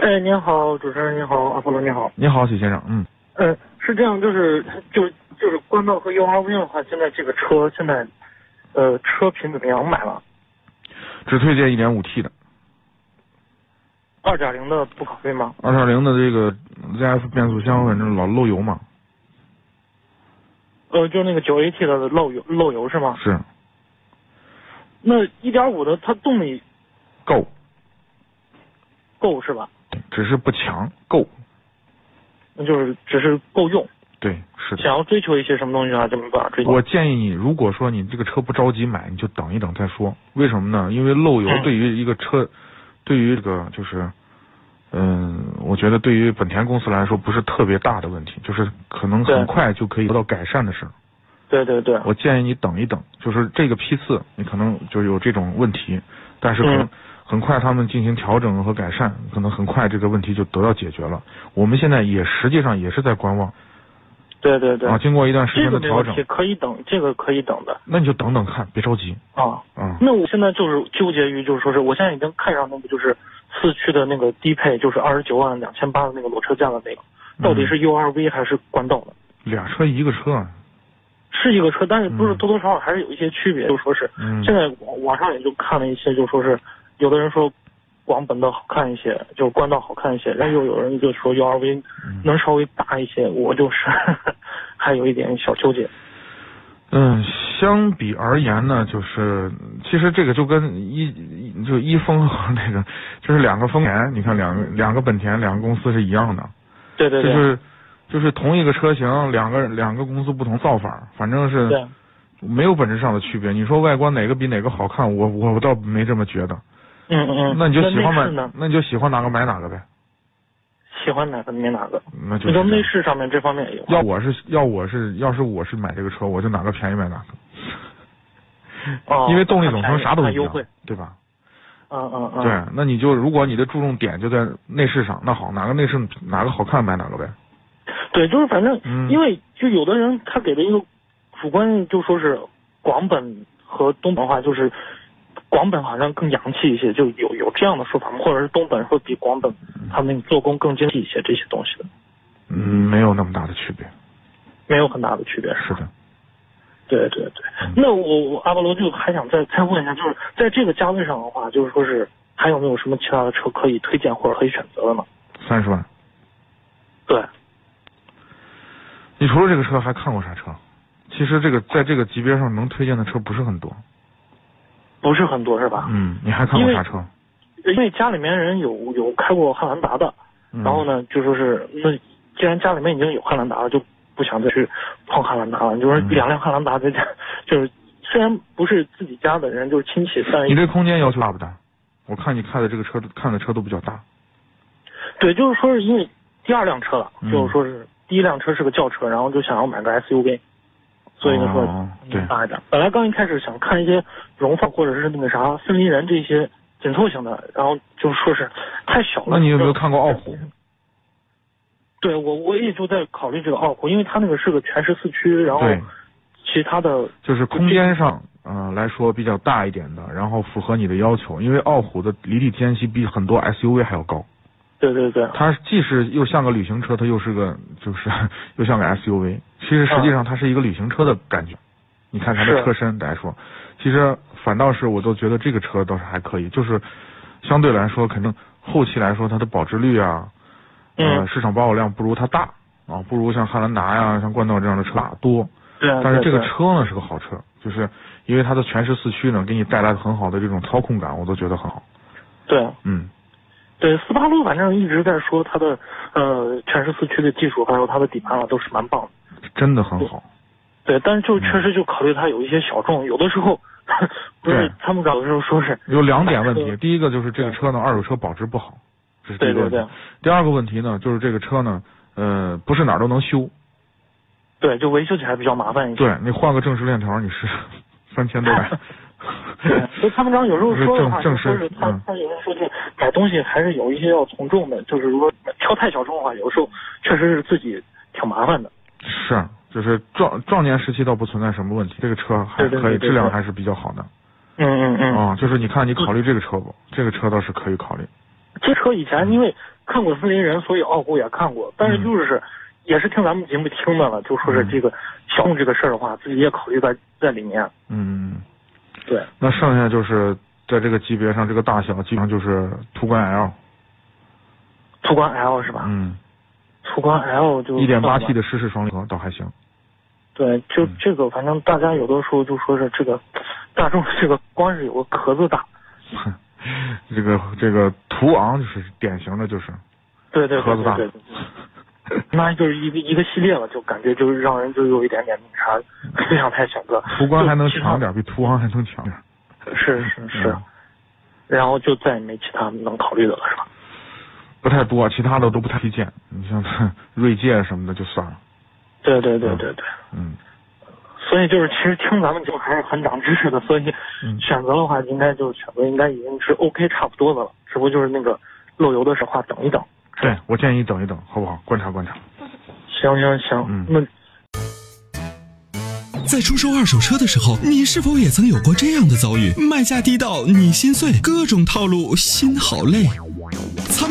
哎，您好，主持人您好，阿波罗您好。你好，许先生，嗯，嗯，是这样，就是就就是冠道和幺二 V 的话，现在这个车现在，呃，车品怎么样？我买了只推荐一点五 T 的，二点零的，不考虑吗？二点零的这个 ZF 变速箱，反正老漏油嘛，呃，就是那个九 AT 的漏油漏油是吗？是那一点五的它动力够，够是吧？只是不强，够，那就是只是够用，对，是的。想要追求一些什么东西的话，就没办法追求。我建议你，如果说你这个车不着急买，你就等一等再说。为什么呢？因为漏油嗯对于一个车，对于这个就是，嗯、我觉得对于本田公司来说不是特别大的问题，就是可能很对快就可以得到改善的事儿。对对对，我建议你等一等，就是这个批次你可能就有这种问题，但是可能嗯很快他们进行调整和改善，可能很快这个问题就得到解决了。我们现在也实际上也是在观望对对对啊，，经过一段时这间个的没调问整题，，可以等，这个可以等的那你就等等看，别着急啊。啊。那我现在就是纠结于，就是说是我现在已经看上那个就是四驱的那个低配，就是二十九万两千八的那个裸车价的那个，嗯到底是 URV 还是冠道的？俩车一个车，啊是一个车，但是不是嗯多多少少还是有一些区别，就说是嗯现在网网上也就看了一些，就说是有的人说广本的好看一些，就是冠道好看一些，但又有人就说 URV 嗯能稍微大一些，我就是 还有一点小纠结。嗯，相比而言呢，就是其实这个就跟一一就一丰和那个就是两个丰田，你看两个两个本田两个公司是一样的，对对就对，是就是同一个车型，两个两个公司不同造法，反正对是没有本质上的区别。你说外观哪个比哪个好看，我我我倒没这么觉得。嗯嗯嗯。那你就喜欢那内买饰呢？，那你就喜欢哪个买哪个呗，喜欢哪个没哪个？那就是你说这内样。饰上面这方面有要我是要我是要是我是买这个车，我就哪个便宜买哪个，哦因为动力总成啥都看一优样惠，对吧？嗯嗯嗯，对，那你就如果你的注重点就在内饰上，那好，哪个内饰哪个好看买哪个呗。对，就是反正、嗯因为就有的人他给的一个主观就说是广本和东本的话，就是广本好像更洋气一些，就有有这样的说法吗？或者是东本会比广本他们那个做工更精细一些，这些东西的嗯，没有那么大的区别。没有很大的区别。是嗯的，对对对，那我我阿波罗就还想再再问一下，就是在这个价位上的话，就是说是还有没有什么其他的车可以推荐或者可以选择的呢？三十万。对，你除了这个车还看过啥车？其实这个在这个级别上能推荐的车不是很多。不是很多是吧？嗯，你还看过啥车？因为家里面人有有开过汉兰达的，嗯然后？呢，就说是那既然家里面已经有汉兰达了，就不想再去碰汉兰达了。就是嗯两辆汉兰达在家，就是虽然不是自己家的人，就是亲戚，但你对空间要求大不大？我看你开的这个车看的车都比较大。对，就是说是因为第二辆车了，嗯就是说是第一辆车是个轿车，然后就想要买个 SUV，所以呢说哦对大一点。本来刚一开始想看一些荣放或者是那个啥森林人这些紧凑型的，然后就说是太小了。那你有没有就看过傲虎？对我，我也就在考虑这个奥虎，因为它那个是个全时四驱，然后对，其他的就是空间上呃来说比较大一点的，然后符合你的要求，因为傲虎的离地间隙比很多 SUV 还要高。对对对，它既是又像个旅行车，它又是个 就是又像个 SUV。其实实际上它是一个旅行车的感觉。你看它的是车身来说，其实反倒是我都觉得这个车倒是还可以，就是相对来说肯定后期来说它的保值率啊，呃嗯市场保有量不如它大，啊，不如像汉兰达呀、像冠道这样的车马多。对啊，但是这个嗯对车呢是个好车，就是因为它的全时四驱呢，给你带来很好的这种操控感，我都觉得很好。对啊嗯，对斯巴鲁，反正一直在说它的呃全时四驱的技术，还有它的底盘啊，都是蛮棒的。真的很好。对，但是嗯就确实就考虑它有一些小众，有的时候 不是对他们搞的时候说是有两点问题，对第一个就是这个车呢，二手车保值不好，这是第一对个对问题。对第二个问题呢，就是这个车呢，呃，不是哪儿都能修，对，就维修起来比较麻烦一些。对你换个正时链条，你是三千多百。对， 所以他们章有时候说的话，正就正说是是他嗯他有时候说这买东西还是有一些要从众的，就是如果挑太小众的话，有时候确实是自己挺麻烦的。 是，啊就是壮壮年时期倒不存在什么问题，这个车还对对可以，对对质量对还是比较好的。嗯嗯嗯。啊，就是你看你考虑这个车不？这个车倒是可以考虑。这车以前因为看过森林人，所以傲骨也看过，嗯但是就是、也是听咱们节目听的了，就说是这个小众这个事儿的话，自己也考虑在在里面。嗯，对，那剩下就是在这个级别上，这个大小基本上就是途观 L，途观 L 是吧？嗯，途观 L 就一点八算了 T 的湿式双离合倒还行。对，就嗯这个，反正大家有的时候就说是这个大众这个光是有个壳子大， 这个这个途昂就是典型的，就是对对壳对子对大对对，那就是一个一个系列了，就感觉就是让人就有一点点那啥，不想太选择。途观还能就其他强点儿，比途昂还能强点儿。是是是，嗯然后就再也没其他能考虑的了，是吧？不太多，其他的都不太推荐。你像 锐界什么的就算了，对对对对对，嗯，所以就是其实听咱们节目还是很长知识的，所以嗯选择的话应该就选择应该已经是 OK 差不多的了，只不过就是那个漏油的时候话等一等。对我建议等一等，好不好？观察观察。行行行，嗯那在出售二手车的时候，你是否也曾有过这样的遭遇？卖价低到你心碎，各种套路，心好累。参